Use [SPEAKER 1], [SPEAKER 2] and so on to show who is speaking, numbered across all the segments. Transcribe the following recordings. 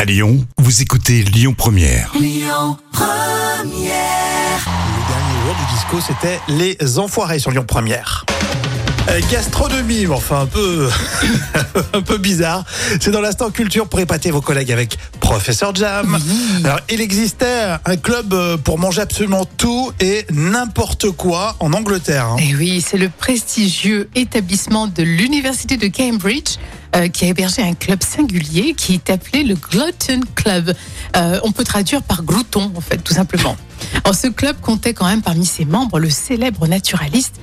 [SPEAKER 1] À Lyon, vous écoutez Lyon Première.
[SPEAKER 2] Le dernier jour du disco, c'était les enfoirés sur Lyon Première. Euh, Gastronomie, mais enfin un peu, un peu bizarre. C'est dans l'instant culture pour épater vos collègues avec Professeur Jam. Alors, il existait un club euh, pour manger absolument tout et n'importe quoi en Angleterre. hein.
[SPEAKER 3] Et Eh oui, c'est le prestigieux établissement de l'université de Cambridge euh, qui a hébergé un club singulier qui est appelé le Glutton Club. Euh, on peut traduire par glouton, en fait, tout simplement. Alors, ce club comptait quand même parmi ses membres le célèbre naturaliste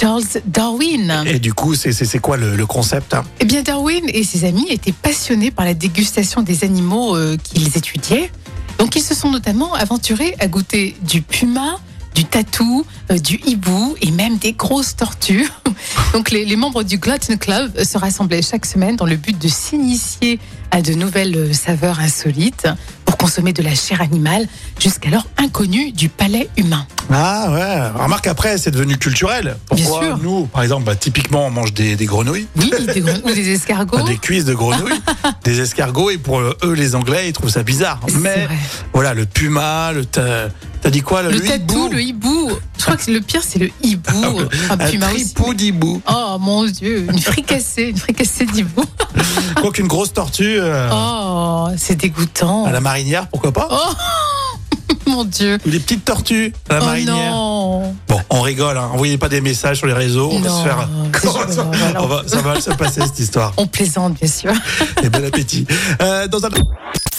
[SPEAKER 3] Charles Darwin.
[SPEAKER 2] Et du coup, c'est- c'est c'est quoi le, le concept hein
[SPEAKER 3] Eh bien, Darwin et ses amis étaient passionnés par la dégustation des animaux euh, qu'ils étudiaient. Donc, ils se sont notamment aventurés à goûter du puma, du tatou, euh, du hibou et même des grosses tortues. Donc, les, les membres du Glutton Club se rassemblaient chaque semaine dans le but de s'initier à de nouvelles euh, saveurs insolites pour consommer de la chair animale, jusqu'alors inconnue du palais humain.
[SPEAKER 2] Ah ouais, remarque après, c'est devenu culturel.
[SPEAKER 3] Bien
[SPEAKER 2] Pourquoi
[SPEAKER 3] sûr.
[SPEAKER 2] nous, par exemple, bah, typiquement, on mange des, des grenouilles
[SPEAKER 3] Oui, des gren- ou des escargots.
[SPEAKER 2] Ah, Des cuisses de grenouilles, des escargots, et pour euh, eux, les Anglais, ils trouvent ça bizarre.
[SPEAKER 3] C'est
[SPEAKER 2] Mais
[SPEAKER 3] vrai.
[SPEAKER 2] voilà, le puma, le. ta- T'as dit quoi
[SPEAKER 3] Le
[SPEAKER 2] hibou Ah,
[SPEAKER 3] tatou, le hibou. Je crois que le pire, c'est le hibou. Un
[SPEAKER 2] Un
[SPEAKER 3] puma aussi.
[SPEAKER 2] tripoudibou.
[SPEAKER 3] Oh mon dieu, une fricassée, une fricassée d'hibou.
[SPEAKER 2] Quoique une grosse tortue euh,
[SPEAKER 3] Oh, c'est dégoûtant.
[SPEAKER 2] à la marinière, pourquoi pas
[SPEAKER 3] Oh. Mon dieu.
[SPEAKER 2] Ou des petites tortues à la
[SPEAKER 3] oh
[SPEAKER 2] marinière.
[SPEAKER 3] non.
[SPEAKER 2] Bon, on rigole, hein. envoyez pas des messages sur les réseaux, on va
[SPEAKER 3] Non,
[SPEAKER 2] se faire.
[SPEAKER 3] c'est sûr, voilà.
[SPEAKER 2] on va, ça va mal se passer cette histoire.
[SPEAKER 3] On plaisante, bien sûr.
[SPEAKER 2] Et bon appétit. Euh, dans un...